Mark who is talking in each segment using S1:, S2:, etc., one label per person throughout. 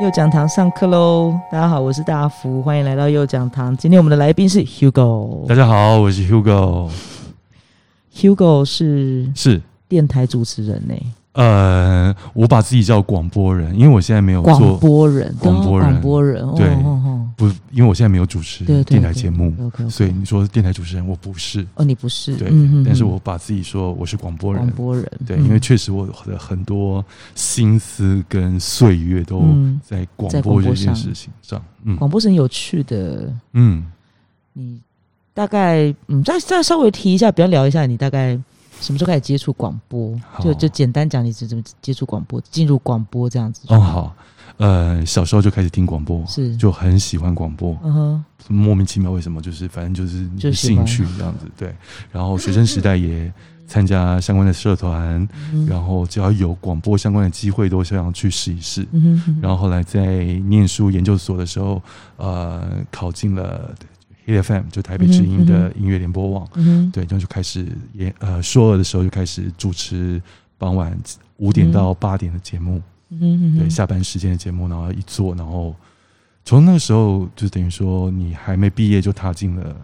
S1: 右讲堂上课喽！大家好，我是大福，欢迎来到右讲堂。今天我们的来宾是 Hugo，
S2: 大家好，我是 Hugo，
S1: Hugo 是
S2: 是
S1: 电台主持人呢、
S2: 呃，我把自己叫广播人，因为我现在没有
S1: 广
S2: 做
S1: 播人，啊
S2: 广播人
S1: 广播人，哦
S2: 对
S1: 哦哦
S2: 不，因为我现在没有主持
S1: 对对嗯
S2: 电台节目，
S1: ，OK，
S2: 所以你说电台主持人我不是，
S1: 哦，你不是，
S2: 对，
S1: 嗯嗯
S2: 但是
S1: 嗯
S2: 我把自己说我是广播
S1: 广
S2: 人，
S1: 播人，
S2: 对，
S1: 嗯
S2: 因为确实我的很多心思跟岁月都
S1: 嗯
S2: 在广
S1: 在广
S2: 播
S1: 播
S2: 这
S1: 上
S2: 件事情上，嗯
S1: 广播是很有趣的。
S2: 嗯，
S1: 你大概嗯，再再稍微提一下，比较聊一下你大概什么时候开始接触广播？
S2: 好
S1: 就就简单讲你是怎么接触广播、进入广播这样子。
S2: 哦，好，呃，小时候就开始听广播，
S1: 是
S2: 就很喜欢广播，
S1: 嗯哼，
S2: 莫名其妙为什么，就是反正就是你
S1: 就
S2: 的
S1: 喜欢
S2: 兴趣这样子，对。然后学生时代也参加相关的社团，
S1: 嗯
S2: 然后只要有广播相关的机会，都想要去试一试。
S1: 嗯哼嗯哼
S2: 然后后来在念书研究所的时候，呃，考进了 Hit FM，就台北之音
S1: 嗯哼
S2: 的音乐联播网，
S1: 嗯哼，
S2: 对，然后就开始也呃硕二的时候就开始主持傍晚五点到八点的节目，
S1: 嗯哼嗯
S2: 对
S1: 哼，
S2: 下班时间的节目，然后一做，然后从那个时候就等于说你还没毕业就踏进了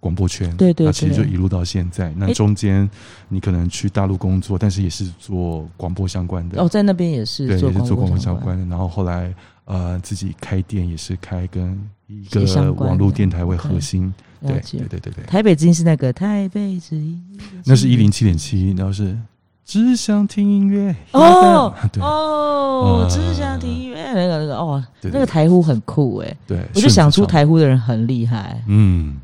S2: 广播圈，
S1: 对对
S2: 那其实就
S1: 对
S2: 一路到现在。那
S1: 诶
S2: 中间你可能去大陆工作，但是也是做广播相关的，
S1: 哦，在那边也是
S2: 对，也是做
S1: 广
S2: 广
S1: 播
S2: 播
S1: 相
S2: 相关的。然后后来呃自己开店也是开跟一
S1: 也
S2: 个
S1: 相关的
S2: 网络电台为核心，对
S1: 了
S2: 对
S1: 解。
S2: 对对对，
S1: 台北之音是那个台北之音，
S2: 那是一零七点七，然后是只想听音乐
S1: 哦
S2: 对
S1: 哦，
S2: 呃
S1: 只想听音乐那个那个哦，
S2: 对
S1: 那个台呼很酷哎，
S2: 对，
S1: 我就想出
S2: 顺子唱
S1: 台呼的人很厉害。
S2: 嗯。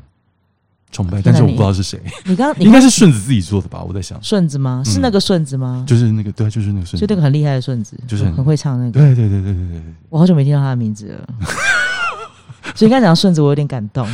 S2: 崇
S1: 天
S2: 拜，但是
S1: 哪
S2: 我不
S1: 你
S2: 知道是谁。
S1: 你刚你
S2: 应该
S1: 刚
S2: 是顺子自己做的吧？我在想，
S1: 顺子吗？是
S2: 嗯
S1: 那个顺子吗？
S2: 就是那个对啊，就是那个顺
S1: 就
S2: 子，
S1: 那个很厉害的顺子，
S2: 就是
S1: 很会唱那个。
S2: 对对对对对对对，
S1: 我好久没听到他的名字 了，所以刚才讲到顺子，我有点感动。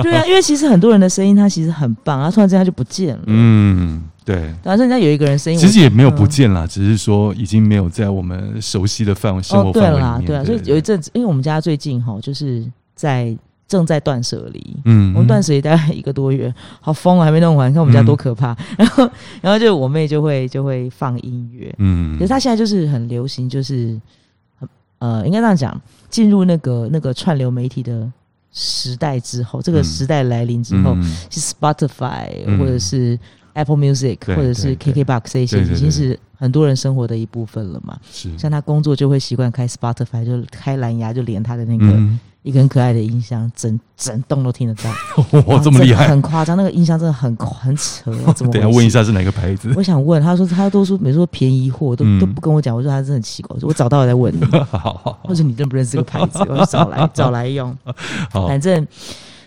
S1: 对啊，因为其实很多人的声音，他其实很棒，然后突然之间他就不见了。嗯，
S2: 嗯，对。
S1: 然后人家有一个人声音，
S2: 其实也没有不
S1: 嗯
S2: 见啦，只是说已经没有在我们熟悉的范围、生
S1: 哦，
S2: 活
S1: 对
S2: 范围
S1: 啦
S2: 里，面。
S1: 对啊，所以有一阵子，因为我们家最近哈，就是在正在断舍离。
S2: 嗯，
S1: 我们断舍离大概一个多月，好疯啊，还没弄完，你看我们家多可
S2: 嗯
S1: 怕。然后，然后就我妹就会就会放音乐，
S2: 嗯，
S1: 可是他现在就是很流行，就是很呃，应该这样讲，进入那个那个串流媒体的时代之后，这个
S2: 嗯
S1: 时代来临之后，
S2: 嗯
S1: 是 Spotify、
S2: 嗯
S1: 或者是 Apple Music
S2: 对
S1: 或者是
S2: 对对
S1: KKBox 这一些，
S2: 对对
S1: 已
S2: 对
S1: 经是很多人生活的一部分了嘛。
S2: 是
S1: 像他工作就会习惯开 Spotify，就开蓝牙，就连他的那个、
S2: 嗯，
S1: 一个很可爱的音箱，整整栋都听得到。
S2: 哇，这么厉害！
S1: 很夸张，那个音箱真的很夸很 扯、怎么回事？
S2: 等一下问一下是哪个牌子？
S1: 我想问，他说他都说每次说便宜货，都、
S2: 嗯
S1: 都不跟我讲。我说他真的很奇怪，我说我找到了再问你，
S2: 好好
S1: 或者你认不认识这个牌子，我就找来找来用。
S2: 哦好，
S1: 反正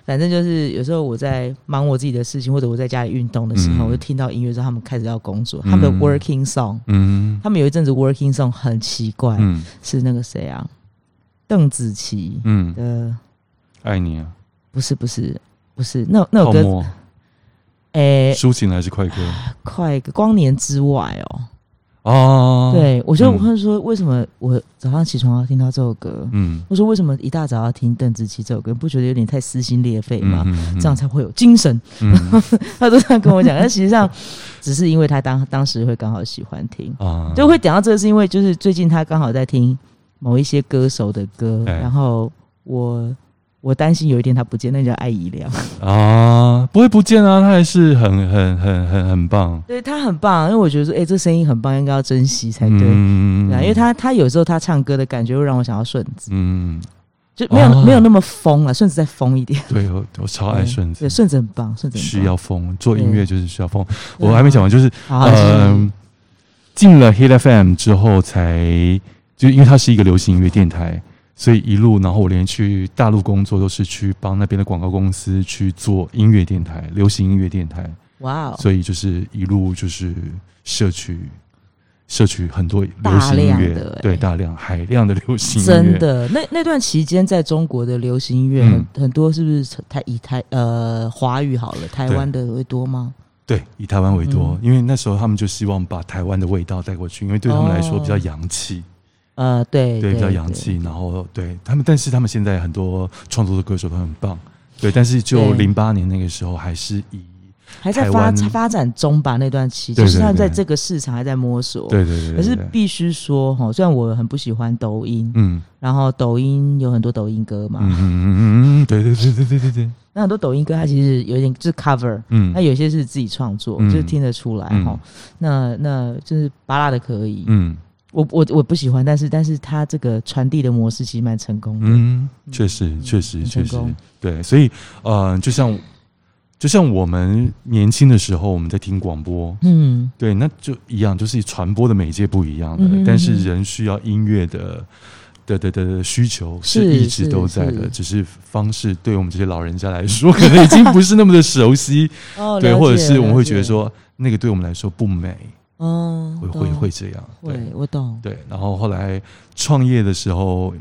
S1: 反正就是有时候我在忙我自己的事情，或者我在家里运动的时候，
S2: 嗯
S1: 我就听到音乐之后，他们开始要工作，他们的
S2: 嗯
S1: working song，
S2: 嗯
S1: 他们有一阵子 working song 很奇怪，
S2: 嗯
S1: 是那个谁啊，邓紫棋
S2: 嗯，
S1: 的，
S2: 爱你啊，
S1: 不是不是不是，那那首
S2: 泡
S1: 歌，
S2: 沫，
S1: 哎、
S2: 抒情还是快歌？
S1: 快光年之外哦。
S2: 哦，，
S1: 对，我就
S2: 嗯
S1: 问说，为什么我早上起床要听到这首歌？
S2: 嗯，
S1: 我说为什么一大早要听邓紫棋这首歌？你不觉得有点太撕心裂肺吗？
S2: 嗯
S1: 这样，才会有精神。
S2: 嗯嗯
S1: 他都这样跟我 讲，但实际上只是因为他当当时会刚好喜欢听，
S2: 啊，
S1: 就会讲到这个，是因为就是最近他刚好在听某一些歌手的歌，
S2: 哎
S1: 然后我我担心有一天他不见，那叫爱医 疗。
S2: 啊，不会不见啊，他还是很很很很很棒，
S1: 对他很棒，因为我觉得说，哎、这声音很棒，应该要珍惜才哎对。
S2: 嗯
S1: 对啊，因为他他有时候他唱歌的感觉会让我想要顺子。
S2: 嗯，
S1: 就没有、
S2: 哦
S1: 没有那么疯了，顺子再疯一点。
S2: 对我我超爱顺子
S1: 对，，顺子很棒，顺子很棒
S2: 需要疯，做音乐就是需要疯。
S1: 对啊啊
S2: 我还没讲完，就是
S1: 好，
S2: 嗯，进了 Hit FM 之后才，就因为它是一个流行音乐电台，所以一路，然后我连去大陆工作都是去帮那边的广告公司去做音乐电台，流行音乐电台，
S1: 哇哦，
S2: 所以就是一路就是摄取。摄取很多流
S1: 大
S2: 行音
S1: 量
S2: 乐，
S1: 的欸
S2: 对大量海量的流行音乐，
S1: 真的，那那段期间在中国的流行音乐很、很多，是不是台以台呃华语好了，台湾的会多吗？
S2: 对，以台湾为多
S1: 嗯，
S2: 因为那时候他们就希望把台湾的味道带过去，因为对他们来说
S1: 哦
S2: 比较洋气，
S1: 呃，对
S2: 对，比较洋气。然后对他们，但是他们现在很多创作的歌手都很棒，对，但是就
S1: 对
S2: 零八年那个时候还是以
S1: 还在
S2: 台
S1: 发
S2: 湾
S1: 发展中吧那段期，
S2: 对
S1: 就是
S2: 对
S1: 他们在
S2: 对
S1: 这个市场还在摸索。
S2: 对对对对
S1: 哦可是
S2: 对
S1: 必须说哈，虽然我很不喜欢抖音，
S2: 嗯
S1: 然后抖音有很多抖音歌
S2: 嗯
S1: 嘛，
S2: 嗯嗯嗯嗯，对对对对对对对，
S1: 那很多抖音歌它其实有点就是 cover，
S2: 嗯
S1: 那有些是自己创作，
S2: 嗯
S1: 就是听得出来
S2: 嗯
S1: 哈。那那就是巴拉的可以，
S2: 嗯
S1: 我我我不喜欢，但是但是它这个传递的模式其实蛮成功的。
S2: 嗯，确实确实
S1: 很
S2: 确
S1: 成
S2: 实
S1: 功，
S2: 对，所以呃，就像就像我们年轻的时候，我们在听广播，
S1: 嗯
S2: 对，那就一样，就是传播的媒介不一样的，
S1: 嗯哼
S2: 但是
S1: 嗯哼
S2: 人需要音乐的。的的的的需求是
S1: 是
S2: 一直
S1: 是
S2: 都在的，
S1: 是
S2: 只是方式对我们这些老人家来说，可能已经不是那么的 熟悉，
S1: 哦
S2: 对，
S1: 了
S2: 或者
S1: 解
S2: 是我们
S1: 了
S2: 会觉得
S1: 解
S2: 说，那个对我们来说不美，
S1: 嗯，
S2: 会会
S1: 懂
S2: 会这样，对
S1: 会，我懂，
S2: 对。然后后来创业的时候，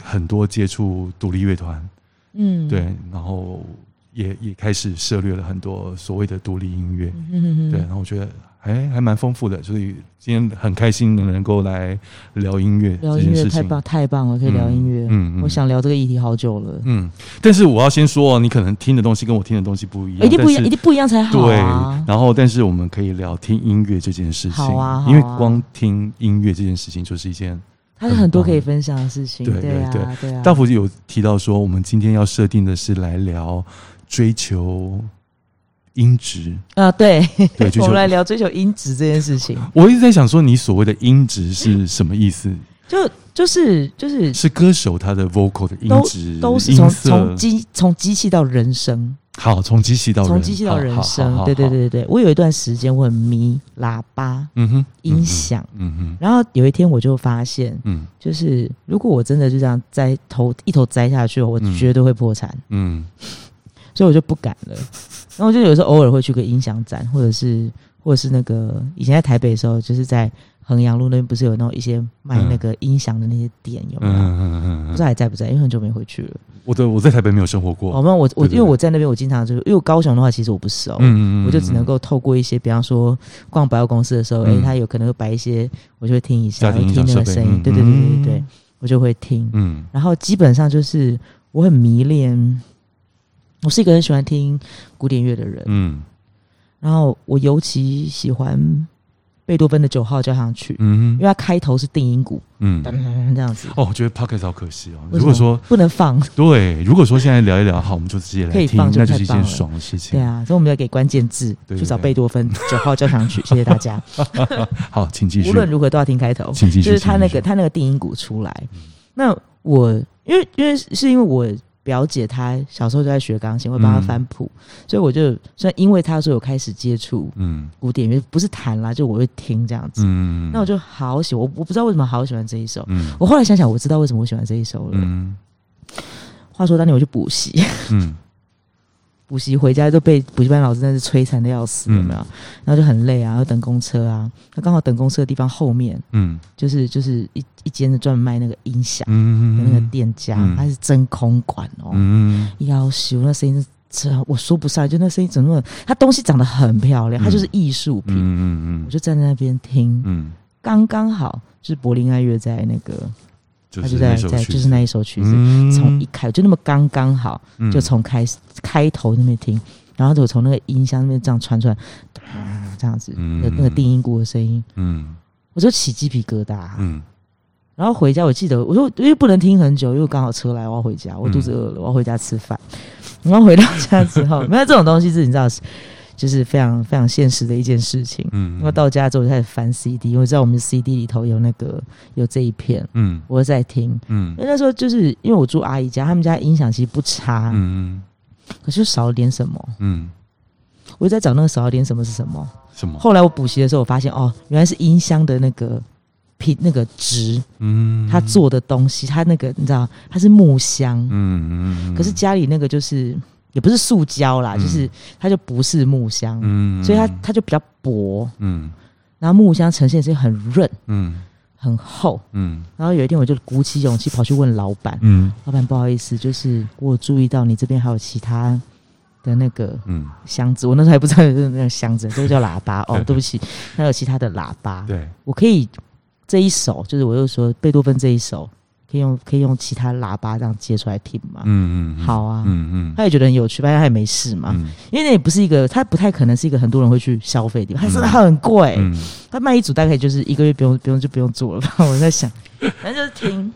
S2: 很多接触独立乐团，
S1: 嗯，
S2: 对，然后也也开始涉猎了很多所谓的独立音乐，
S1: 嗯哼哼哼
S2: 对，然后我觉得还还蛮丰富的，所以今天很开心能够来聊音乐
S1: 聊
S2: 这
S1: 音乐
S2: 件事
S1: 太
S2: 情，
S1: 棒太棒了，可以聊音乐。
S2: 嗯
S1: 我。想聊这个议题好久了，
S2: 嗯，但是我要先说哦，你可能听的东西跟我听的东西不一样，
S1: 哦哎一定不一样，
S2: 但
S1: 一
S2: 是
S1: 定不一样才好
S2: 对
S1: 啊，。
S2: 然后但是我们可以聊听音乐这件事情，
S1: 好啊
S2: 因为
S1: 好啊
S2: 光听音乐这件事情就是一件。
S1: 它有很多可以分享的事情，
S2: 很棒
S1: 对
S2: 对
S1: 啊，对啊。
S2: 大福有提到说，我们今天要设定的是来聊追求音质，
S1: 啊，对，
S2: 对，追
S1: 我
S2: 求
S1: 们来聊追求音质这件事情，
S2: 我一直在想说，你所谓的音质是什么意
S1: 嗯
S2: 思？
S1: 就就是就是
S2: 是歌手他的 vocal 的音质，
S1: 都是从
S2: 音色
S1: 从机从机器到人声，
S2: 好，从机器到人
S1: 从机器到人声，对对，对
S2: 好好好好
S1: 对对。我有一段时间我很迷喇叭
S2: 嗯哼，
S1: 音响，
S2: 嗯哼，嗯哼，
S1: 然后有一天我就发现，
S2: 嗯
S1: 就是如果我真的就这样栽头一头栽下去，我
S2: 嗯
S1: 绝对会破产，
S2: 嗯
S1: 所以我就不敢了。然后我就有时候偶尔会去个音响展，或者是或者是那个以前在台北的时候，就是在衡阳路那边不是有那种一些卖那个音响的那些店有
S2: 嗯
S1: 没有？
S2: 嗯嗯
S1: 不
S2: 嗯
S1: 知道
S2: 嗯，
S1: 还在不在，因为很久没回去了。
S2: 我的我在台北没有生活过
S1: 好，，哦那我我
S2: 对对
S1: 因为我在那边，我经常就是因为高雄的话，其实我不熟，
S2: 嗯
S1: 我就只能够透过一些，比方说逛百货公司的时候，哎、
S2: 嗯
S1: 他有可能会摆一些，我就会听一下，
S2: 家
S1: 我会
S2: 庭音
S1: 听
S2: 响
S1: 那个
S2: 设备，
S1: 声音，对对对对对对，，我就会听。
S2: 嗯
S1: 然后基本上就是我很迷恋，我是一个很喜欢听古典乐的人，
S2: 嗯
S1: 然后我尤其喜欢贝多芬的九号交响曲，
S2: 嗯
S1: 因为它开头是定音鼓，
S2: 嗯
S1: 噔噔噔噔这样子，
S2: 哦，我觉得 podcast 好可惜哦。
S1: 为什么
S2: 如果说
S1: 不能放，
S2: 对，如果说现在聊一聊，好，我们就直接
S1: 可
S2: 来
S1: 以
S2: 听，
S1: 放就
S2: 那就
S1: 太
S2: 是一
S1: 棒
S2: 件
S1: 了
S2: 爽的事情
S1: 对。啊，所以我们要给关键字，
S2: 对对
S1: 去找
S2: 对
S1: 贝多芬 九号交响 曲，谢谢大家。
S2: 好，请继续
S1: 无。论如何都要听开头，
S2: 请继续
S1: 就是他那
S2: 请继
S1: 个
S2: 续嗯
S1: 他那个定音鼓出来。那我因为因为是因为我表姐她小时候就在学钢琴，会帮她
S2: 嗯
S1: 翻谱，所以我就算因为她说有开始接触
S2: 嗯
S1: 古典乐，不是弹啦，就我会听这样子。
S2: 嗯，
S1: 那我就好喜欢，我我不知道为什么好喜欢这一首。
S2: 嗯
S1: 我后来想想，我知道为什么我喜欢这一首了。
S2: 嗯
S1: 话说当年我去补习，
S2: 嗯
S1: 补习回家就被补习班老师真是摧残的要死，
S2: 嗯
S1: 有没有？然后就很累啊，要等公车啊。那刚好等公车的地方后面
S2: 嗯
S1: 就是就是一一间专门卖那个音响的
S2: 嗯
S1: 那个店家，
S2: 嗯
S1: 它是真空管哦，
S2: 嗯
S1: 要修那声音是，这我说不上来，就那声音怎么那么，它东西长得很漂亮，它就是艺术品。
S2: 嗯
S1: 我
S2: 嗯
S1: 就站在那边听，
S2: 嗯，
S1: 刚刚好就是柏林爱乐在那个，
S2: 就
S1: 他
S2: 是
S1: 就在在就是那一首曲子，
S2: 嗯
S1: 从一开就那么刚刚好，就从开始开头那边听，然后就从那个音箱那边这样传出来，哒这样子
S2: 嗯
S1: 的那个定音鼓的声音，
S2: 嗯
S1: 我就起鸡皮疙瘩啊。
S2: 嗯
S1: 然后回家，我记得我说因为不能听很久，因为刚好车来，我要回家，
S2: 嗯
S1: 我肚子饿了，我要回家吃饭。然后回到家之 后，没有这种东西是你知道，是就是非常非常现实的一件事情。
S2: 嗯，
S1: 我到家之后就开始翻 CD，我知道我们的 CD 里头有那个有这一片，
S2: 嗯
S1: 我在听。
S2: 嗯
S1: 因为那时候就是因为我住阿姨家，他们家音响其实不差，
S2: 嗯
S1: 可是就少了点什么。
S2: 嗯
S1: 我就在找那个少了点什么是什么。
S2: 什么
S1: 后来我补习的时候，我发现哦，原来是音箱的那个品那个值，
S2: 嗯
S1: 他做的东西，他那个你知道，它是木箱，
S2: 嗯嗯，
S1: 可是家里那个就是也不是塑胶啦，
S2: 嗯
S1: 就是它就不是木箱，
S2: 嗯，
S1: 所以它它就比较薄，
S2: 嗯
S1: 然后木箱呈现是很润
S2: 嗯
S1: 很厚。
S2: 嗯
S1: 然后有一天我就鼓起勇气跑去问老板，
S2: 嗯
S1: 老板不好意思，就是我有注意到你这边还有其他的那个
S2: 嗯，
S1: 箱子，我那时候还不知道有那个箱子， 这个叫喇叭 哦，对不起，还有其他的喇叭，
S2: 对，
S1: 我可以这一首就是我又说贝多芬这一首可以用可以用其他喇叭这样接出来听嘛。
S2: 嗯嗯，嗯
S1: 好啊
S2: 嗯嗯，
S1: 他也觉得很有趣，反正他也没事嘛，
S2: 嗯
S1: 因为那也不是一个，他不太可能是一个很多人会去消费的地方，它真的很贵，
S2: 嗯
S1: 他卖一组大概就是一个月不用不用就不用做了吧？ 我在想，反正就是听，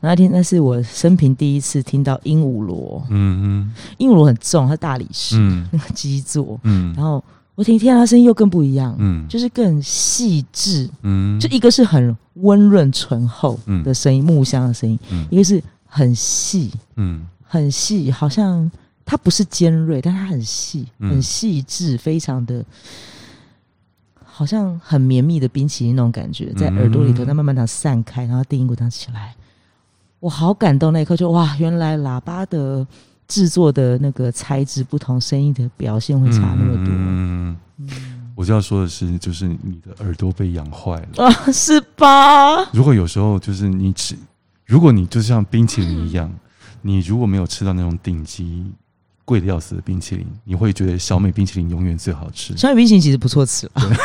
S1: 然后听那是我生平第一次听到鹦鹉螺，
S2: 嗯
S1: 鹦鹉螺很重，它大理石、
S2: 嗯
S1: 那个基座，
S2: 嗯
S1: 然后我听听到它声音又更不一样，
S2: 嗯，
S1: 就是更细致，
S2: 嗯
S1: 就一个是很温润醇厚的声音，木香的声音，
S2: 嗯
S1: 一个是很细
S2: 嗯
S1: 很细，好像它不是尖锐，但它很细
S2: 嗯
S1: 很细致，非常的。好像很绵密的冰淇淋那种感觉，在耳朵里头，
S2: 嗯
S1: 它慢慢的散开，然后定音鼓铛起来，我好感动。那一刻就哇，原来喇叭的制作的那个材质不同，声音的表现会差那么多。
S2: 嗯，我就要说的是，就是你的耳朵被养坏了。
S1: 啊，是吧？
S2: 如果有时候就是你吃，如果你就像冰淇淋
S1: 嗯
S2: 一样，你如果没有吃到那种顶级贵的要死的冰淇淋，你会觉得小美冰淇淋永远最好吃。
S1: 小米冰淇淋其实不错吃啊了，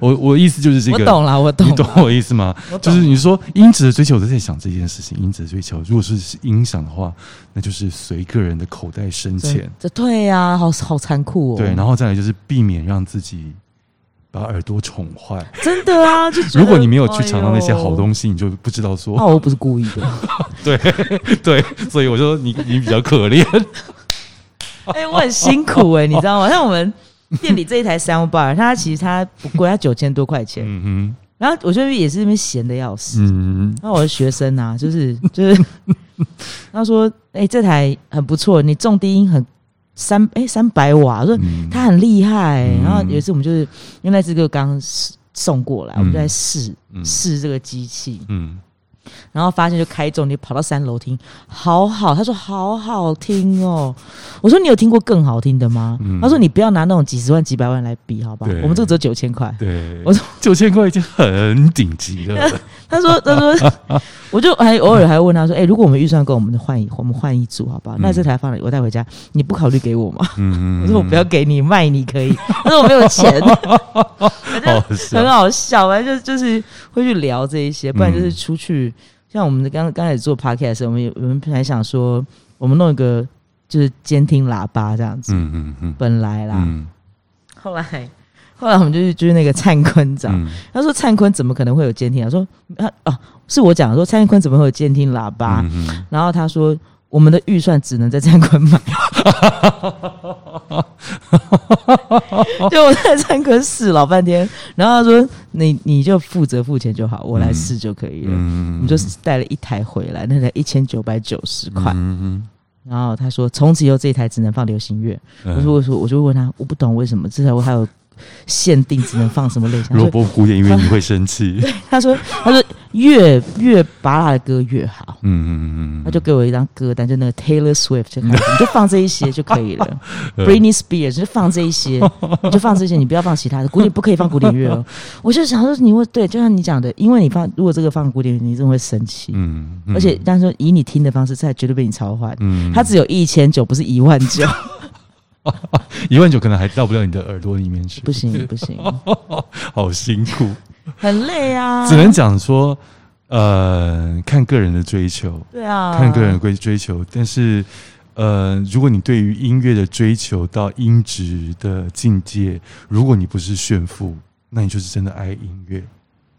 S2: 我我意思就是这
S1: 我
S2: 个，
S1: 懂了，我懂
S2: 你
S1: 啦，
S2: 懂我意思吗？
S1: 我懂
S2: 就是你说音质的追求，我都在想这件事情。音质的追求，如果是音响的话，那就是随个人的口袋深浅
S1: 真，这对呀、好好残酷哦。
S2: 对，然后再来就是避免让自己把耳朵宠 坏。
S1: 真的 啊，就觉得
S2: 如果你没有去尝到那些好
S1: 哎哦
S2: 东西，你就不知道
S1: 呦，那
S2: 说
S1: 我又不是故意 的。
S2: 对 对，所以我就说你你比较可怜。
S1: 哎、我很辛苦哎、你知道吗？像我们店里这一台 sound bar，它其实它不贵，它九千多块钱。
S2: 嗯
S1: 然后我就也是那边闲的要
S2: 哼，
S1: 死。
S2: 嗯
S1: 那我的学生啊，就是 就是，他说：“哎、这台很不错，你重低音很三哎三百瓦。”我说：“
S2: 嗯，
S1: 他很厉害、
S2: 嗯
S1: 然后有一次我们就是因为那只歌刚送过来，我们就在试
S2: 嗯
S1: 试、这个机器，
S2: 嗯
S1: 然后发现就开中，你跑到三楼听，好好，他说好好听哦。我说你有听过更好听的吗？
S2: 嗯
S1: 他说你不要拿那种几十万几百万来比，好吧？
S2: 对
S1: 我们这个只有九千块。
S2: 对，
S1: 我说
S2: 九千块已经很顶级 了。
S1: 他 说他说，我就还偶尔还问他说，哎、如果我们预算够，我们换一我们换一组好不好？那这台放了我带回家，你不考虑给我吗？
S2: 嗯，
S1: 我说我不要给你卖，你可以。他说我没有 钱。
S2: 好
S1: 很
S2: 笑。
S1: 好笑，反正就就是会去聊这一些，
S2: 嗯
S1: 不然就是出去。像我们刚刚开始做 podcast，的时候我们有我们本来想说，我们弄一个就是监听喇叭这样子，
S2: 嗯嗯嗯
S1: 本来啦，
S2: 嗯，
S1: 后来后来我们就是就是那个灿坤长，
S2: 嗯
S1: 他说灿坤怎么可能会有监听啊？说啊啊，是我讲的说灿坤怎么会有监听喇叭？
S2: 嗯嗯
S1: 然后他说我们的预算只能在灿坤 买，就我在灿坤试老半天，然后他说你你就负责付钱就好，我来试就可以了。
S2: 嗯
S1: 我们就带了一台回来，那台一千九百九十块。
S2: 嗯
S1: 然后他说，从此以后这一台只能放流行乐。
S2: 嗯
S1: 我说，我说，我就问他，我不懂为什么这台我还有限定，只能放什么类型。他
S2: 如
S1: 说，
S2: 果播古典音乐，你会 生气。
S1: 他说，他说越越拔辣的歌越好。
S2: 嗯嗯嗯，
S1: 他就给我一张歌单，就那个 Taylor Swift，就开始你就放这一些就可以 了。
S2: 嗯
S1: Britney Spears 就放这一 些，你就放这些，你不要放其他的。古典不可以放古典乐哦。我就想说，你会对，就像你讲的，因为你放如果这个放古典乐，你真的会生气。
S2: 嗯，嗯
S1: 而且，但是以你听的方式，这还绝对被你超坏。
S2: 嗯
S1: 它只有一千九，不是一万 九，
S2: 一万九可能还到不了你的耳朵里面去，
S1: 不行不行，
S2: 好辛苦。
S1: 很累啊。
S2: 只能讲说，呃，看个人的追求，
S1: 对啊，
S2: 看个人的追追求。但是，呃，如果你对于音乐的追求到音质的境界，如果你不是炫富，那你就是真的爱音乐。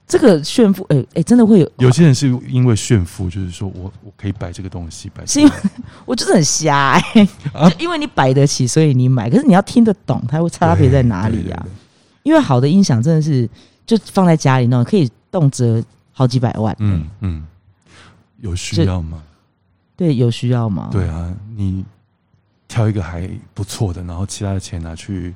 S1: 这个炫富，哎、哎、真的会有，
S2: 有些人是因为炫富，就是说我我可以摆这个东西，摆
S1: 是因为我就是很瞎、哎，
S2: 啊
S1: 就因为你摆得起，所以你买。可是你要听得懂，它会差别在哪里啊？？因为好的音响真的是就放在家里那种，可以动辄好几百万。
S2: 对对对对嗯嗯，有需
S1: 这
S2: 要吗？
S1: 对，有需要吗？
S2: 对啊，你挑一个还不错的，然后其他的钱拿去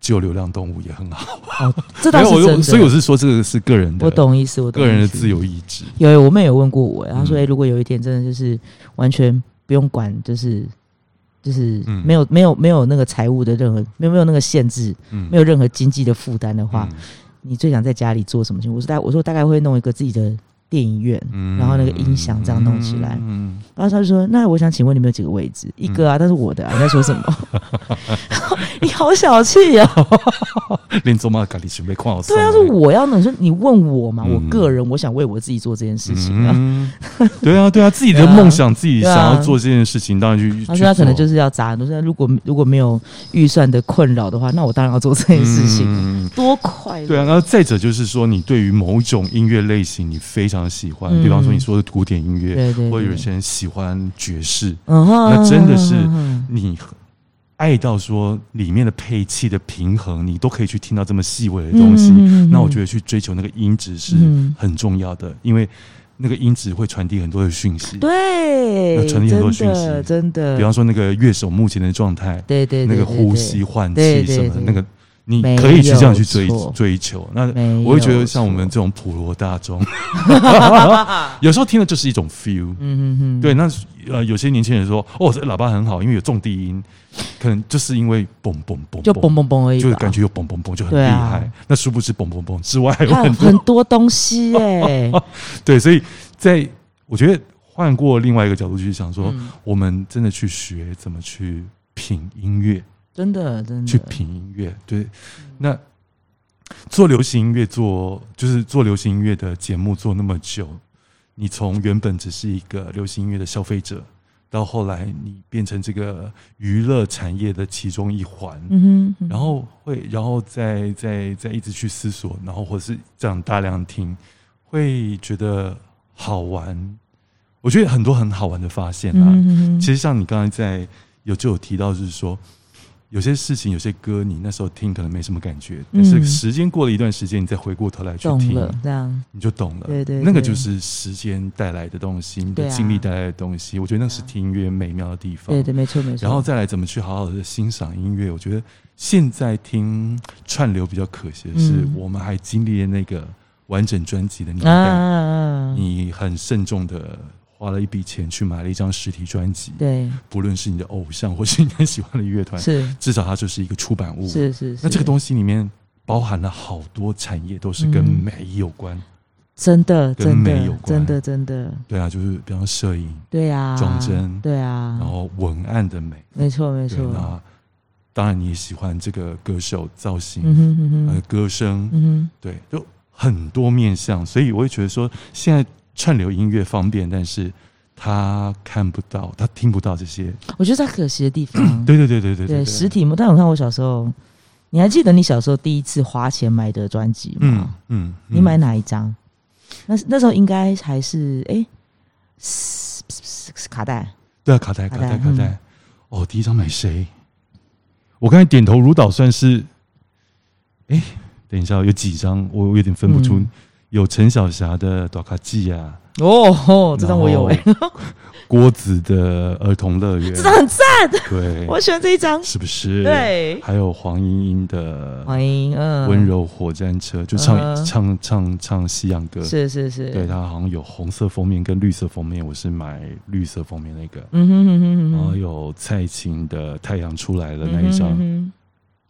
S2: 救流浪动物也很好。
S1: 哦，这
S2: 没
S1: 倒
S2: 有，
S1: 是
S2: 我
S1: 真
S2: 就
S1: 的。
S2: 所以我是说这个是个人的，
S1: 我懂意思，我懂
S2: 个人
S1: 意
S2: 的
S1: 思
S2: 自由意志。
S1: 有，我妹有问过我，她说：“
S2: 嗯
S1: 哎、如果有一天真的就是完全不用管，就是就是
S2: 嗯
S1: 没有、没有没有那个财务的任何没有没有那个限制，
S2: 嗯，
S1: 没
S2: 有
S1: 有
S2: 嗯
S1: 任何经济的负担的话，你最想在家里做什么情况？”我说大我说大概会弄一个自己的电影院，
S2: 嗯
S1: 然后那个音响这样弄起来
S2: 嗯
S1: 然后他就说：“那我想请问你们有几个位置？一个啊，但是我的、啊。”你在说 什么？你好小气哦！
S2: 嗯连做嘛咖喱准备看好
S1: 对啊，要是我要弄，你说你问我嘛？
S2: 嗯
S1: 我个人我想为我自己做这件事情啊。
S2: 嗯，对啊，对啊，自己的
S1: 对啊
S2: 梦想，自己
S1: 对啊
S2: 想要做这件事情，当然去。
S1: 他说他可能就是是要砸很多钱，如果如果没有预算的困扰的话，那我当然要做这件事情，
S2: 情。
S1: 多快乐！
S2: 嗯对啊，然后再者就是说，你对于某种音乐类型你非常喜欢，
S1: 嗯
S2: 比方说你说的古典音乐，
S1: 对对，
S2: 或者有
S1: 对
S2: 些人喜欢爵士，
S1: 嗯哼
S2: 那真的是
S1: 嗯哼
S2: 你爱到说里面的配器的平衡，你都可以去听到这么细微的东西。
S1: 嗯
S2: 那我觉得去追求那个音质是
S1: 嗯
S2: 很重要的，因为那个音质会传递很多的讯息。
S1: 对，
S2: 要传递很多
S1: 真的
S2: 讯息
S1: 真的，
S2: 比方说那个乐手目前的状态，
S1: 对对
S2: 那
S1: 对
S2: 个
S1: 对
S2: 呼
S1: 对
S2: 吸换
S1: 对
S2: 气
S1: 对
S2: 什么的，
S1: 对
S2: 那个你
S1: 没
S2: 可以去这样去追
S1: 有错
S2: 追求。那
S1: 没
S2: 我会觉
S1: 有
S2: 得像我
S1: 错
S2: 们这种普罗大众，有时候听的就是一种 feel。
S1: 嗯哼哼，
S2: 对，那呃，有些年轻人说，哦，这喇叭很好，因为有重低音，可能就是因为嘣嘣嘣，
S1: 就嘣，嘣嘣而已吧，
S2: 就感觉有嘣嘣嘣就很
S1: 对
S2: 厉
S1: 啊
S2: 害。那殊不知嘣嘣嘣之外还有
S1: 还有
S2: 很
S1: 很多
S2: 多
S1: 东西 哎、
S2: 对，所以在我觉得换过另外一个角度去想说，
S1: 嗯
S2: 我们真的去学怎么去品音乐，
S1: 真的真的
S2: 去品音乐。对，那做流行音乐，做就是做流行音乐的节目做那么久，你从原本只是一个流行音乐的消费者，到后来你变成这个娱乐产业的其中一环。
S1: 嗯哼，
S2: 然后会，然后再再再一直去思索，然后或是这样大量听，会觉得好玩。我觉得很多很好玩的发现啦。
S1: 嗯哼
S2: 啊其实像你刚才在有就有提到，就是说有些事情、有些歌，你那时候听可能没什么感觉，但是
S1: 嗯
S2: 时间过了一段时间，你再回过头来去
S1: 懂了
S2: 听，
S1: 这样，
S2: 你就懂了。
S1: 对对
S2: 那个
S1: 对
S2: 就是时间带来的东西，你
S1: 对
S2: 的
S1: 啊
S2: 经历带来的东西。我觉得那是听音乐美妙的地方。
S1: 对对，没错没错，
S2: 然后再来怎么去好好的欣赏音乐。我觉得现在听串流比较可惜的是
S1: 嗯，
S2: 我们还经历了那个完整专辑的年
S1: 啊
S2: 代，
S1: 啊啊，
S2: 你很慎重的花了一笔钱去买了一张实体专辑，
S1: 对
S2: 不论是你的偶像 或是你很喜欢的乐团，
S1: 是
S2: 至少它就是一个出版物。
S1: 是是是，
S2: 哦那这个东西里面包含了好多产业，都是跟
S1: 嗯
S2: 美有关。
S1: 真的
S2: 跟
S1: 真
S2: 美有
S1: 的
S2: 关
S1: 真的真的，
S2: 对啊，就是比方说摄影，
S1: 对啊，
S2: 装帧
S1: 对啊，
S2: 然后文案的美。
S1: 没错没
S2: 对
S1: 错，，
S2: 啊那当然你也喜欢这个歌手造型。
S1: 嗯哼嗯
S2: 呃
S1: 哼，
S2: 歌声，
S1: 嗯哼，
S2: 对，就很多面向，所以我会觉得说，现在串流音乐方便，但是他看不到，他听不到这些。
S1: 我觉得它可惜的地方，
S2: 对对对嗯对对
S1: 嗯对
S2: 对，
S1: 实体嘛，但我看我小时候，你还记得你小时候第一次花钱买的专辑吗？
S2: 嗯嗯，
S1: 你买哪一张？那那时候应该还是哎、嘶嘶嘶嘶卡带，
S2: 对啊，卡带
S1: 卡
S2: 卡
S1: 带
S2: 带卡
S1: 嗯
S2: 带。哦，第一张买谁？我刚才点头如捣蒜是，哎，等一下，有几张我有点分不出
S1: 嗯，
S2: 有陈小霞的《短卡记》啊，
S1: 哦吼，这张我有哎、
S2: 然后郭子的《儿童乐 园
S1: 这张》，很赞，
S2: 对，
S1: 我喜欢这一张。
S2: 是不是？
S1: 对，
S2: 还有黄莺莺的
S1: 欢迎，嗯，
S2: 《温柔火战车》，就唱、
S1: 嗯哼
S2: 唱唱唱西洋歌。
S1: 是是是，
S2: 对，它好像有红色封面跟绿色封面，我是买绿色封面那个。
S1: 嗯哼哼哼
S2: 然后
S1: 哼
S2: 有蔡琴的《太阳出来了》
S1: 哼，
S2: 那一张，
S1: 嗯哼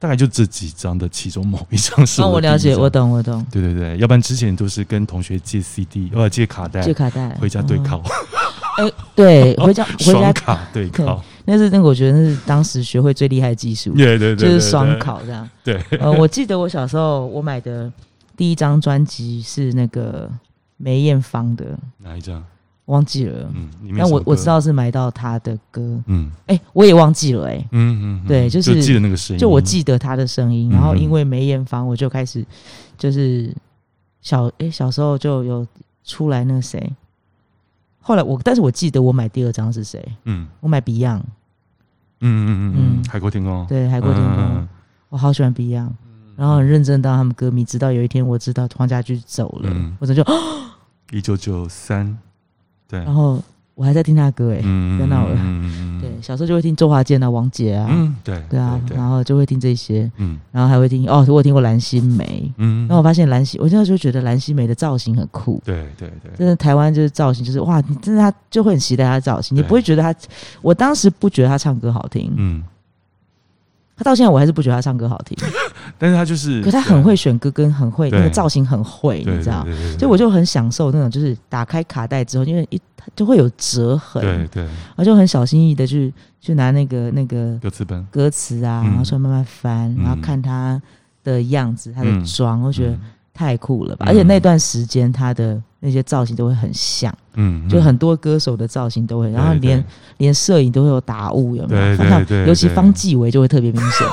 S2: 大概就这几张的其中某一张是
S1: 哼哦，
S2: 我
S1: 我
S2: 的第一
S1: 了解，
S2: 张
S1: 我。懂，我懂，
S2: 对对对，要不然之前都是跟同学借 CD，呃，借卡带
S1: 借，卡带
S2: 回家对，
S1: 嗯
S2: 考，
S1: 对，回家回
S2: 双
S1: 家，嗯
S2: 卡对
S1: 对
S2: 考，
S1: 那是那个我觉得那是当时学会最厉害的技 术，
S2: 对对对，
S1: 就
S2: 对
S1: 是双，考这样。
S2: 对，
S1: 呃，我记得我小时候我买的第一张专辑是那个梅艳芳的，
S2: 对哪一张？
S1: 忘记了。
S2: 嗯，里面
S1: 但
S2: 什么
S1: 我
S2: 歌
S1: 我知，道是买到她的歌，
S2: 嗯
S1: 哎、我也忘记了、哎，
S2: 嗯嗯，嗯
S1: 对就是
S2: 记得那个声音，
S1: 就我记得她的声音，然后
S2: 嗯
S1: 因为梅艳芳，我就开始就是小哎、小时候就有出来那个谁，后来我但是我记得我买第二张是谁，
S2: 嗯，
S1: 我买 Beyond，
S2: 嗯嗯嗯嗯，
S1: 嗯
S2: 海阔天空，
S1: 对，海
S2: 嗯，海嗯
S1: 阔天空，我好喜欢 Beyond，然后很认真当他们歌迷，直到有一天我知道黄家驹走了，
S2: 嗯
S1: 我整就
S2: 一九九三，对，
S1: 然后我还在听他歌哎、
S2: 嗯
S1: 不要闹了
S2: 嗯嗯嗯
S1: 对，小时候就会听周华健啊、王杰啊，
S2: 嗯，对，
S1: 对啊，
S2: 对，
S1: 然后就会听这些，
S2: 嗯
S1: 然后还会听哦，我有听过蓝心湄，
S2: 嗯，
S1: 然后我发现蓝心，我那时候就觉得蓝心湄的造型很酷。
S2: 对对对，
S1: 真的，台湾就是造型，就是哇，你真的他就会很期待他的造型，你
S2: 对
S1: 不会觉得他，我当时不觉得他唱歌好听，
S2: 嗯，
S1: 他到现在我还是不觉得他唱歌好听，
S2: 但是他就是，
S1: 可他很会选歌，跟很会
S2: 对
S1: 那个造型很会，
S2: 对，对
S1: 你知道，，
S2: 对对对
S1: 所以我就很享受那种，就是打开卡带之后，因为一它就会有折痕，
S2: 对对
S1: 然后就很小心翼翼的去去拿那个那个
S2: 有资本，
S1: 歌词啊，
S2: 嗯
S1: 然后出来慢慢翻，
S2: 嗯
S1: 然后看他的样子、他的妆，我
S2: 我
S1: 觉得太酷了吧！
S2: 嗯
S1: 而且那段时间他的那些造型都会很像，
S2: 嗯，嗯
S1: 就很多歌手的造型都会，然后
S2: 对对
S1: 连连摄影都会有打雾，有没有？
S2: 对对
S1: 像
S2: 对
S1: 尤其
S2: 对
S1: 方季韦就会特别明 显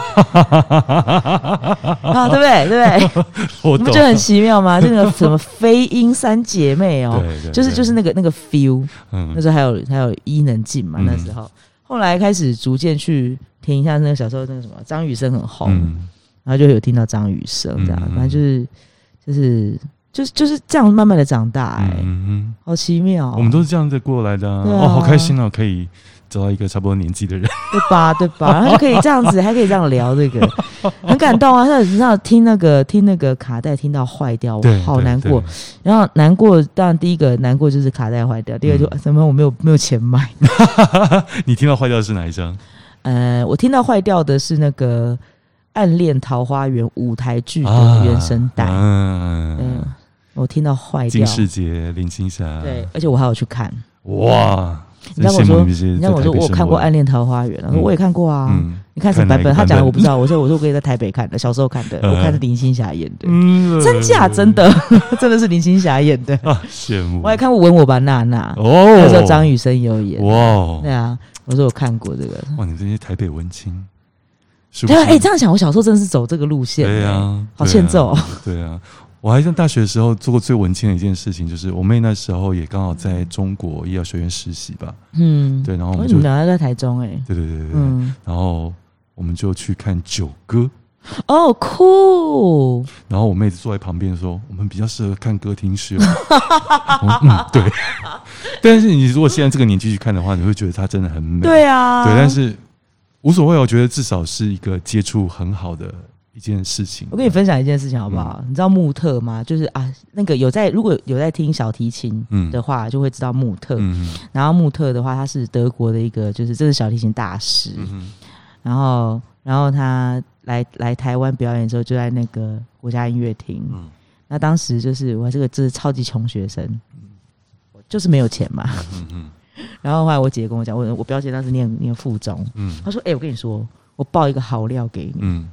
S1: 啊，对不对？对 不对？ 你
S2: 我懂
S1: 不觉，得很奇妙 吗？这个什么飞鹰三姐妹哦，
S2: 对对
S1: 就是
S2: 对
S1: 就是那个那个 feel，
S2: 嗯
S1: 那时候还有还有伊能静嘛，
S2: 嗯
S1: 那时候后来开始逐渐去听一下那个小时候那个什么张雨生很红，
S2: 嗯
S1: 然后就有听到张雨生这样，
S2: 嗯嗯嗯
S1: 反正就是就是就是就是这样慢慢的长大、哎、
S2: 嗯嗯，
S1: 好奇妙哦、
S2: 我们都是这样子过来的啊，
S1: 对啊
S2: 哦，好开心哦，可以找到一个差不多年纪的人，
S1: 对吧？对吧？然后就可以这样 子，还可以这样聊这个，很感动啊！像你知道听那个听那个卡带听到坏掉，我
S2: 对，
S1: 好
S2: 对
S1: 难过。，
S2: 对
S1: 然后难过，当然第一个难过就是卡带坏掉，第二个就、
S2: 嗯
S1: 什么我没有没有钱买。
S2: 你听到坏掉的是哪一张？
S1: 呃，我听到坏掉的是那个《暗恋桃花源》舞台剧
S2: 啊
S1: 的原声带，嗯、
S2: 嗯，
S1: 我听到坏
S2: 金
S1: 掉，
S2: 世杰、林青霞，
S1: 对，，而且我还有去看。
S2: 哇，
S1: 你知道
S2: 真
S1: 我
S2: 羡慕
S1: 说，
S2: 们这些
S1: 你知道我
S2: 在
S1: 说
S2: 台北
S1: 我有
S2: 生
S1: 看过《
S2: 活
S1: 暗恋桃花源》，然后
S2: 嗯
S1: 我也看过啊。
S2: 嗯
S1: 你看什么
S2: 看哪
S1: 版
S2: 一
S1: 本？
S2: 个
S1: 他
S2: 版
S1: 讲的
S2: 本
S1: 我不知道，我说我说我可以在台北看的，小时候看的，
S2: 嗯
S1: 我看是林青霞演的，
S2: 嗯，
S1: 真假真的， 真的是林青霞演的。
S2: 啊，羡 慕，
S1: 我还看过《吻我吧，娜娜》，
S2: 哦，
S1: 那时候张雨生也有演。
S2: 哇哦
S1: 对啊，我说我看过这个。
S2: 哇，你们这些台北文青，是不
S1: 对
S2: 是？
S1: 啊，哎，这样想，我小时候真的是走这个路线。
S2: 对啊，
S1: 好
S2: 对啊
S1: 欠揍哦。
S2: 对啊，我还在大学的时候做过最文青的一件事情，就是我妹那时候也刚好在中国医药学院实习吧，
S1: 嗯，
S2: 对，然后
S1: 哦
S2: 我们
S1: 你
S2: 就
S1: 们
S2: 对
S1: 两个在台中哎、欸，
S2: 对对对对，
S1: 嗯，
S2: 然后我们就去看九歌，
S1: 哦，酷，
S2: 然后我妹子坐在旁边说，我们比较适合看歌厅式哦， 我说嗯， 对。但是你如果现在这个年纪去看的话，你会觉得它真的很美，
S1: 对啊，
S2: 对，但是无所谓，我觉得至少是一个接触很好的一件事情。
S1: 我跟你分享一件事情好不
S2: 嗯
S1: 好？你知道穆特吗？就是啊，那个有在如果有在听小提琴
S2: 嗯
S1: 的话，就会知道穆特。
S2: 嗯
S1: 然后穆特的话，他是德国的一个，就是这是小提琴大师。
S2: 嗯嗯
S1: 然后，然后他来来台湾表演的时候，就在那个国家音乐厅。
S2: 嗯
S1: 那当时就是我这个真是超级穷学生，我就是没有钱嘛。
S2: 嗯嗯
S1: 然后后来我姐跟我讲，我我表姐当时念念附中，
S2: 嗯
S1: 他说：“哎、我跟你说，我爆一个好料给你。
S2: 嗯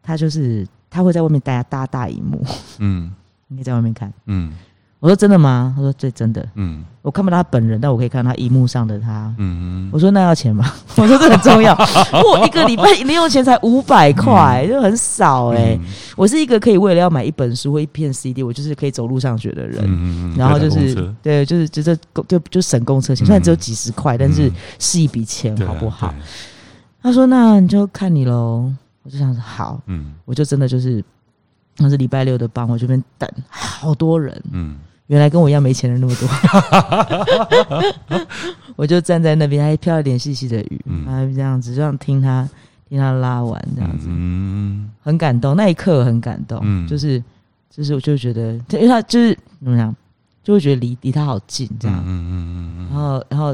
S1: 他就是他会在外面大大大荧幕，
S2: 嗯
S1: 你可以在外面看。
S2: 嗯
S1: 我说：“真的吗？”他说：“对，真的。
S2: 嗯
S1: 我看不到他本人，但我可以看到他荧幕上的他。
S2: 嗯
S1: 我说：“那要钱吗？” 我说：“这很重 要。我一个礼拜零用钱才五百
S2: 嗯
S1: 块，就很少哎、我是一个可以为了要买一本书或一片 CD，我就是可以走路上学的人。
S2: 嗯
S1: 然后就是对，就是就这就就省公车钱，虽然只有几十块，但是
S2: 嗯啊
S1: 是一笔钱，好不好？？他说：“那你就看你喽。”我就想说：“好。
S2: 嗯”
S1: 我就真的就是，那是礼拜六的傍晚，我这边等好多人，
S2: 嗯
S1: 原来跟我一样没钱人那么多。 我就站在那边，还飘了点细细的雨，
S2: 嗯
S1: 然后这样子，这样听他听他拉完，这样子、
S2: 嗯
S1: 很感动。那一刻很感动，
S2: 嗯
S1: 就是就是我就觉得，因为他就是怎么讲，就会觉得离离他好近这样。
S2: 嗯
S1: 然后，然后，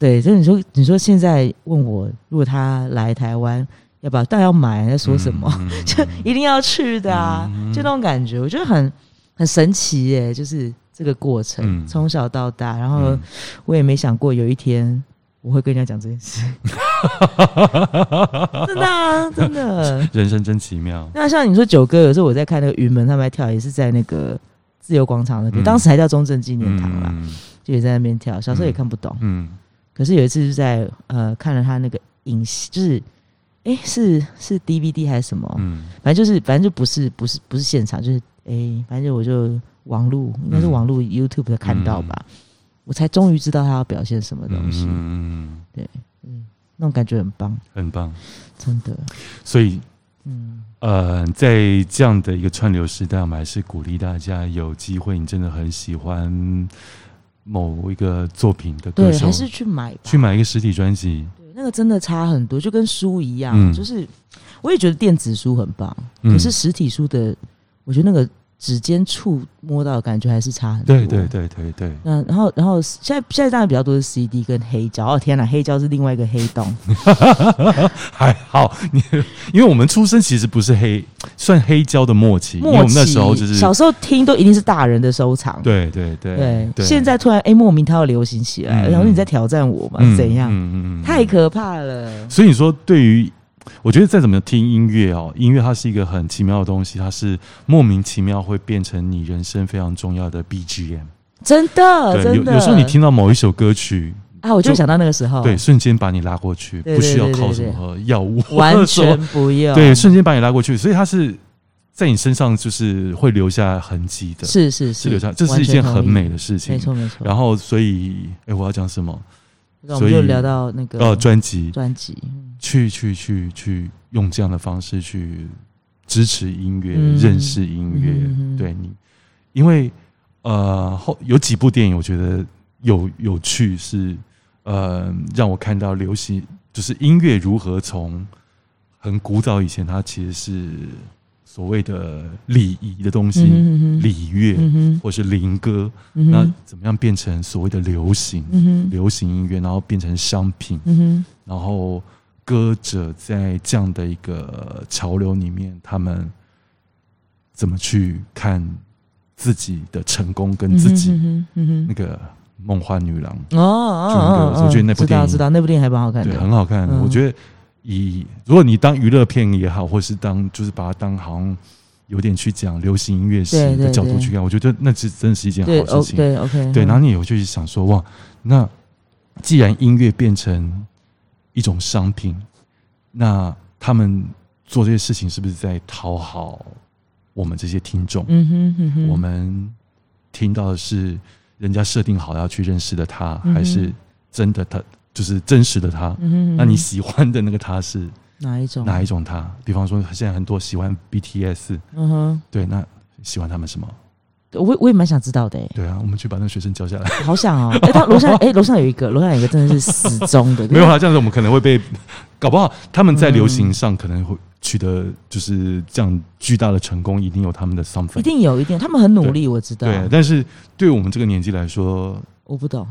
S1: 对，就你说，你说现在问我，如果他来台湾，要不要？但要买，在说什么？就一定要去的啊，
S2: 嗯
S1: 就那种感觉，我觉得很很神奇耶、就是这个过程，
S2: 嗯
S1: 从小到大，然后我也没想过有一天我会跟人家讲这件 事，真的、啊，真的。
S2: 人生真奇妙。
S1: 那像你说九哥，有时候我在看那个云门他们在跳，也是在那个自由广场那边，
S2: 嗯
S1: 当时还叫中正纪念堂啦，
S2: 嗯
S1: 就也在那边跳，小时候也
S2: 嗯
S1: 看不懂。
S2: 嗯
S1: 可是有一次是在呃看了他那个影戏，就是诶，是是 DVD 还是什么，
S2: 嗯
S1: 反正就是反正就不是不是不是现场，就是诶，反正我就网络应
S2: 嗯
S1: 该是网络 YouTube 看到吧，我才终于知道他要表现什么东西，
S2: 嗯，
S1: 嗯，那种感觉很棒，
S2: 很棒。
S1: 真的，
S2: 所以
S1: 嗯，
S2: 呃，在这样的一个串流时代，我们还是鼓励大家有机会，你真的很喜欢某一个作品的歌
S1: 对，
S2: 手，
S1: 还是去买吧，
S2: 去买一个实体专辑。
S1: 对，那个真的差很多，就跟书一样，
S2: 嗯
S1: 就是我也觉得电子书很棒，
S2: 嗯
S1: 可是实体书的，我觉得那个指尖触摸到的感觉还是差很多。
S2: 对对。对对对，
S1: 嗯，然后，然后现在现在当然比较多是 CD 跟黑胶。哦天哪，黑胶是另外一个黑洞。
S2: 还好你，因为我们出生其实不是黑，算黑胶的末期，因为
S1: 默
S2: 我
S1: 契，
S2: 们那时候就是
S1: 小时候听都一定是大人的收藏。
S2: 对对对
S1: 对，现在突然哎、莫名它要流行起来，
S2: 嗯
S1: 然后你在挑战我嘛？
S2: 嗯
S1: 怎样？
S2: 嗯嗯嗯
S1: 太可怕了。
S2: 所以你说，对于我觉得再怎么听音乐哦，音乐它是一个很奇妙的东西，它是莫名其妙会变成你人生非常重要的 BGM。
S1: 真的，
S2: 对，有
S1: 呃真的。
S2: 有时候你听到某一首歌曲，
S1: 啊，我就
S2: 就
S1: 想到那个时候，
S2: 对，瞬间把你拉过去，
S1: 对
S2: 不需要
S1: 对对
S2: 靠
S1: 对
S2: 什
S1: 对
S2: 么药物，
S1: 完全不用。
S2: 对，瞬间把你拉过去，所以它是在你身上就是会留下痕迹的，
S1: 是是是
S2: 是留下，这是
S1: 完
S2: 一
S1: 全
S2: 件很
S1: 同意
S2: 美的事情
S1: 没。错没错。
S2: 然后，所以，哎、我要讲什么？
S1: 那我们
S2: 所
S1: 就
S2: 以
S1: 聊到那个
S2: 呃，专辑，
S1: 专辑，嗯
S2: 去去去去用这样的方式去支持音乐、
S1: 嗯
S2: 认识音乐，
S1: 嗯哼哼
S2: 对你，因为呃后有几部电影我觉得有有趣是呃让我看到流行就是音乐如何从很古早以前它其实是所谓的礼仪的东西，
S1: 嗯哼
S2: 礼乐、
S1: 嗯哼
S2: 或是灵歌，
S1: 嗯
S2: 那
S1: 哼
S2: 怎么样变成所谓的流行？
S1: 嗯哼
S2: 流行音乐，然后变成商品，
S1: 嗯哼
S2: 然后歌者在这样的一个潮流里面，他们怎么去看自己的成功跟自己
S1: 嗯哼嗯哼
S2: 那个梦幻女郎，
S1: 嗯哼哦哦哦哦，
S2: 我觉得那部
S1: 知道
S2: 电影
S1: 知道那部电影还蛮好看
S2: 对，
S1: 的，
S2: 很好看。
S1: 嗯
S2: 我觉得以如果你当娱乐片也好，或是当就是把它当好像有点去讲流行音乐史
S1: 对对
S2: 的角度
S1: 对
S2: 去看，我觉得那是真的是一件
S1: 对
S2: 好
S1: 哦
S2: 事情。
S1: 对 OK
S2: 对，然后
S1: 嗯
S2: 你也会去想说，哇，那既然音乐变成一种商品，那他们做这些事情是不是在讨好我们这些听众？
S1: 嗯哼嗯哼，
S2: 我们听到的是人家设定好要去认识的他，
S1: 嗯哼
S2: 还是真的他，就是真实的他？
S1: 嗯哼，
S2: 那你喜欢的那个他是
S1: 哪一种？
S2: 哪一种他？比方说，现在很多喜欢 BTS，
S1: 嗯哼，
S2: 对，那喜欢他们什么？
S1: 我我也蛮想知道的欸，
S2: 对啊，我们去把那个学生叫下来。
S1: 好想 哦。哎，他楼上哎楼上有一个，楼上有一个真的是死忠的，
S2: 没有啊，这样子我们可能会被， 搞不好他们在流行上可能会取得就是这样巨大的成功，一定有他们的
S1: 一
S2: something。
S1: 定有一定，他们很努力，我知道，
S2: 对，啊但是对我们这个年纪来说，
S1: 我不懂，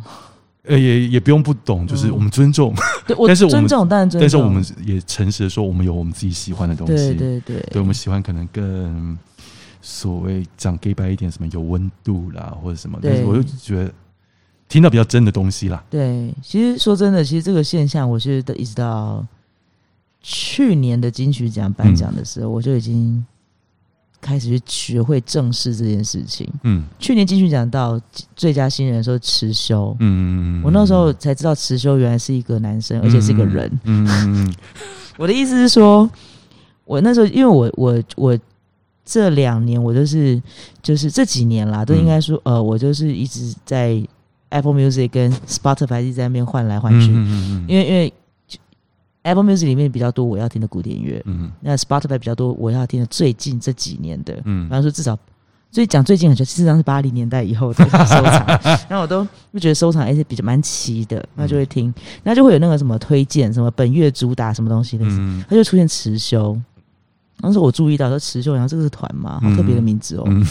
S2: 呃，也也不用不懂，就是
S1: 嗯
S2: 我们尊重，
S1: 对我
S2: 但是我们
S1: 尊重，当然尊重，
S2: 但是我们也诚实的说，我们有我们自己喜欢的东西。
S1: 对对对，
S2: 对我们喜欢可能更所谓讲 gay 白一点，什么有温度啦，或者什么。但是
S1: 对
S2: 我就觉得听到比较真的东西啦。
S1: 对，其实说真的，其实这个现象，我是一直到去年的金曲奖颁奖的时候，我就已经开始去学会正视这件事情。
S2: 嗯
S1: 去年金曲奖到最佳新人的时候，池修，
S2: 嗯，
S1: 我那时候才知道池修原来是一个男生，而且是一个人。
S2: 嗯。嗯嗯
S1: 我的意思是说，我那时候因为我我我这两年我就是就是这几年啦，都
S2: 嗯
S1: 应该说、呃，我就是一直在 Apple Music 跟 Spotify 一直在那边换来换去。
S2: 嗯嗯
S1: 因为因为 Apple Music 里面比较多我要听的古典乐，
S2: 嗯
S1: 那 Spotify 比较多我要听的最近这几年的，
S2: 嗯
S1: 比方说至少。所以讲最近很久，事实上是八零年代以后的 收藏， 然后我都就觉得收藏还是比较蛮齐的，那就会
S2: 嗯
S1: 听，那就会有那个什么推荐，什么本月主打什么东西的，
S2: 嗯
S1: 它就出现持修。当时我注意到说持修，然后这个是团嘛，好特别的名字哦。
S2: 嗯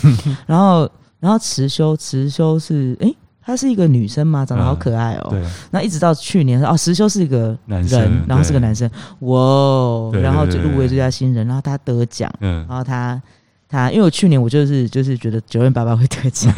S1: 然后然后持修，持修是诶，她是一个女生嘛，长得好可爱哦。
S2: 啊 对，
S1: 那一直到去年哦，石修是一个
S2: 男
S1: 人
S2: 生，，
S1: 然后是个
S2: 对，
S1: 男生，哇哦，
S2: 对对
S1: 然后就
S2: 对对
S1: 入围最佳新人，然后他得奖，
S2: 嗯
S1: 然后他他，因为我去年我就是就是觉得九院爸爸会得奖，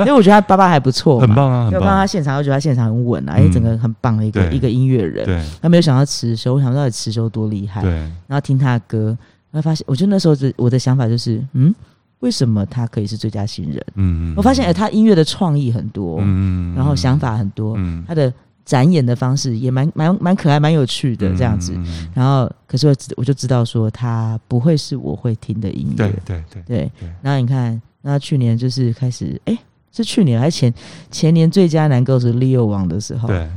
S1: 因为我觉得他爸爸还不错嘛，
S2: 很棒啊，
S1: 因为我看
S2: 很
S1: 到他
S2: 棒，
S1: 现场，我觉得他现场很稳啊，因为
S2: 嗯
S1: 整个很棒的一个
S2: 对
S1: 一个音乐人，
S2: 对
S1: 他没有想到持修，我想到底持修多厉害，
S2: 对，嗯
S1: 然后听他的歌，然后发现，我就那时候就我的想法就是，嗯，为什么他可以是最佳新人？
S2: 嗯，
S1: 我发现，哎，他音乐的创意很多，
S2: 嗯
S1: 然后想，法很多，
S2: 嗯，
S1: 他的展演的方式也蛮蛮蛮可爱、蛮有趣的这样子。
S2: 嗯，
S1: 然后，可是我知我就知道说，他不会是我会听的音乐
S2: 对。对对，
S1: 对
S2: 对
S1: 然后你看，那去年就是开始，哎、是去年还是前前年最佳男歌手 Leo 王的时候，哎、
S2: 对，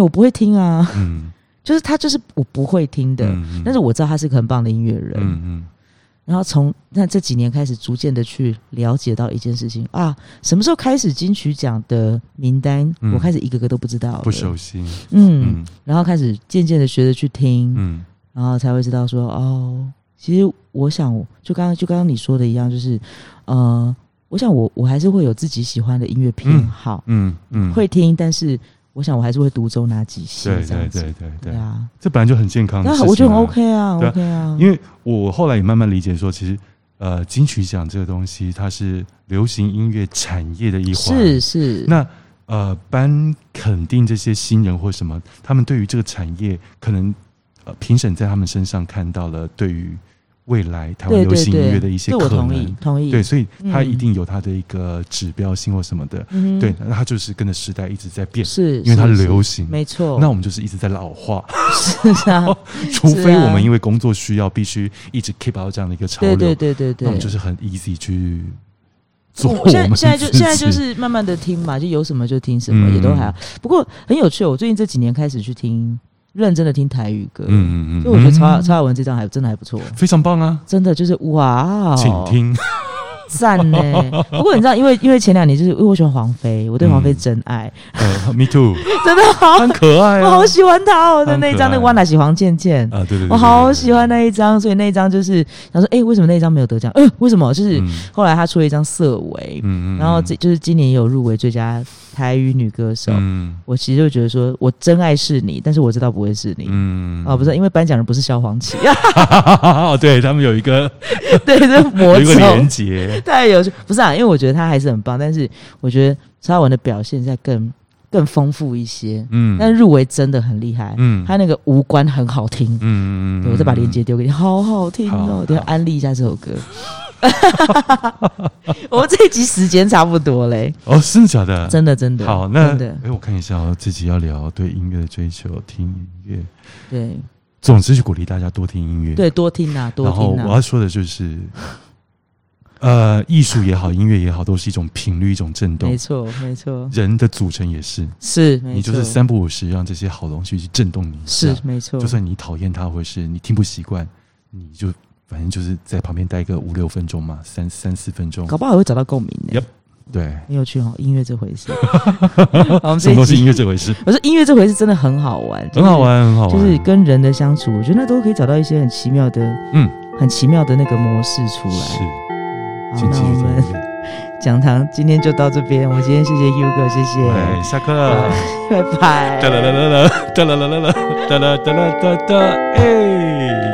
S1: 我不会听啊，
S2: 嗯，
S1: 就是他就是我不会听的，
S2: 嗯
S1: 但是，我知道他是个很棒的音乐人。
S2: 嗯
S1: 然后从那这几年开始，逐渐的去了解到一件事情啊，什么时候开始金曲奖的名单，
S2: 嗯
S1: 我开始一个个都不知道了，
S2: 嗯，不熟悉，
S1: 嗯
S2: 嗯
S1: 然后开始渐渐的学着去听，
S2: 嗯
S1: 然后才会知道说哦，其实我想，就刚刚就刚刚你说的一样，就是呃，我想我我还是会有自己喜欢的音乐偏好，
S2: 嗯嗯，
S1: 会听，但是我想我还是会独奏哪几些
S2: 对
S1: 这
S2: 对
S1: 样子。
S2: 对对对，
S1: 啊，
S2: 这本来就很健康的事
S1: 那
S2: 情啊。
S1: 我觉得很 OK 啊
S2: 对啊
S1: ，OK 啊，
S2: 因为我后来也慢慢理解说，其实呃，金曲奖这个东西，它是流行音乐产业的一环。
S1: 是是，
S2: 那呃，颁肯定这些新人或什么，他们对于这个产业，可能呃，评审在他们身上看到了对于未来台湾
S1: 对
S2: 流
S1: 对
S2: 行音乐的
S1: 对，
S2: 一些
S1: 对我
S2: 可
S1: 同
S2: 能
S1: 意。同意，
S2: 对，所以它一
S1: 嗯
S2: 定有它的一个指标性或什么的。
S1: 嗯哼
S2: 对，那它就是跟着时代一直在变，
S1: 是，
S2: 因为它
S1: 是是
S2: 流行。
S1: 没错，
S2: 那我们就是一直在老化，
S1: 是 啊，
S2: 除非我们因为工作需要，必须一直 keep 到这样的一个潮
S1: 对
S2: 流，
S1: 对对对
S2: 那
S1: 对，
S2: 我们就是很 easy 去做
S1: 我现在
S2: 们
S1: 现在就
S2: 自己
S1: 现在就是慢慢的听嘛，就有什么就听什么，
S2: 嗯
S1: 也都还好。不过很有趣哦，我最近这几年开始去听，认真的听台语歌，嗯，
S2: 嗯嗯嗯，
S1: 所以我觉得曹
S2: 嗯
S1: 曹雅文这张还真的还不错，
S2: 非常棒啊，
S1: 真的就是哇，
S2: 请 听，
S1: 赞 呢。不过你知道，因为因为前两年就是因为我喜欢黄飞，我对黄
S2: 嗯
S1: 飞真爱，
S2: 呃，me too，
S1: 真的好，
S2: 很可爱
S1: 我
S2: 啊，
S1: 好喜欢他哦，
S2: 他
S1: 那
S2: 很
S1: 那一张那
S2: 可爱
S1: 个《万达喜黄健健》。
S2: 啊，对对对，
S1: 我好喜欢那一张，所以那一张就是想说，哎、为什么那一张没有得奖？嗯、为什么？就是、
S2: 嗯
S1: 后来他出了一张《色违》，
S2: 嗯
S1: 然后这就是今年也有入围最佳台语女歌手。
S2: 嗯
S1: 我其实就觉得说，我真爱是你，但是我知道不会是你。
S2: 嗯
S1: 哦，不是，因为颁奖人不是萧煌奇，
S2: 为对他们有一个
S1: 对，这魔
S2: 有一个连
S1: 咒
S2: 接，
S1: 太有趣。不是啊，因为我觉得他还是很棒，但是我觉得曹雅文的表现在更更丰富一些。
S2: 嗯
S1: 但入围真的很厉害，
S2: 嗯
S1: 他那个无关很好听。
S2: 嗯
S1: 对我再把链接丢给你，好好听
S2: 好
S1: 哦！等一下
S2: 好
S1: 安利一下这首歌。 我们这一集时间差不多嘞，
S2: 哦，真的假的？
S1: 真的真的。
S2: 好，那
S1: 真的
S2: 哎，我看一下哦，自己要聊对音乐的追求，听音乐，
S1: 对
S2: 总之就鼓励大家多听音乐，
S1: 对，多听啊，多
S2: 然后
S1: 听
S2: 我
S1: 啊
S2: 要。说的就是，呃，艺术也好，音乐也好，都是一种频率，一种震
S1: 没
S2: 动。
S1: 错，没错，
S2: 人的组成也是，
S1: 是，没
S2: 你就是
S1: 错
S2: 三不五时让这些好东西去震动你一下
S1: 是。没错，
S2: 就算你讨厌它，或是你听不习惯，你就反正就是在旁边待个五六分钟嘛，三三四分钟。
S1: 搞不好还会找到共鸣呢、
S2: Yep 对，
S1: 很有趣哦，音乐这回 事。好，我们
S2: 什
S1: 这
S2: 么
S1: 一
S2: 都是音
S1: 集，
S2: 乐这回事，
S1: 我说音乐这回事真的很好玩，就是
S2: 很好，玩，很好玩。
S1: 就是跟人的相处，我觉得那都可以找到一些很奇妙的，
S2: 嗯，
S1: 很奇妙的那个模式出
S2: 是
S1: 来。，好，
S2: 请继
S1: 那
S2: 续
S1: 我
S2: 听
S1: 们
S2: 音乐。
S1: 讲堂今天就到这边，我们今天谢谢 Hugo，谢
S2: 哎，
S1: 谢，
S2: 下课了，
S1: 拜拜。
S2: 哒啦啦啦啦，哒啦啦啦啦，哒啦哒啦哒哒，哎。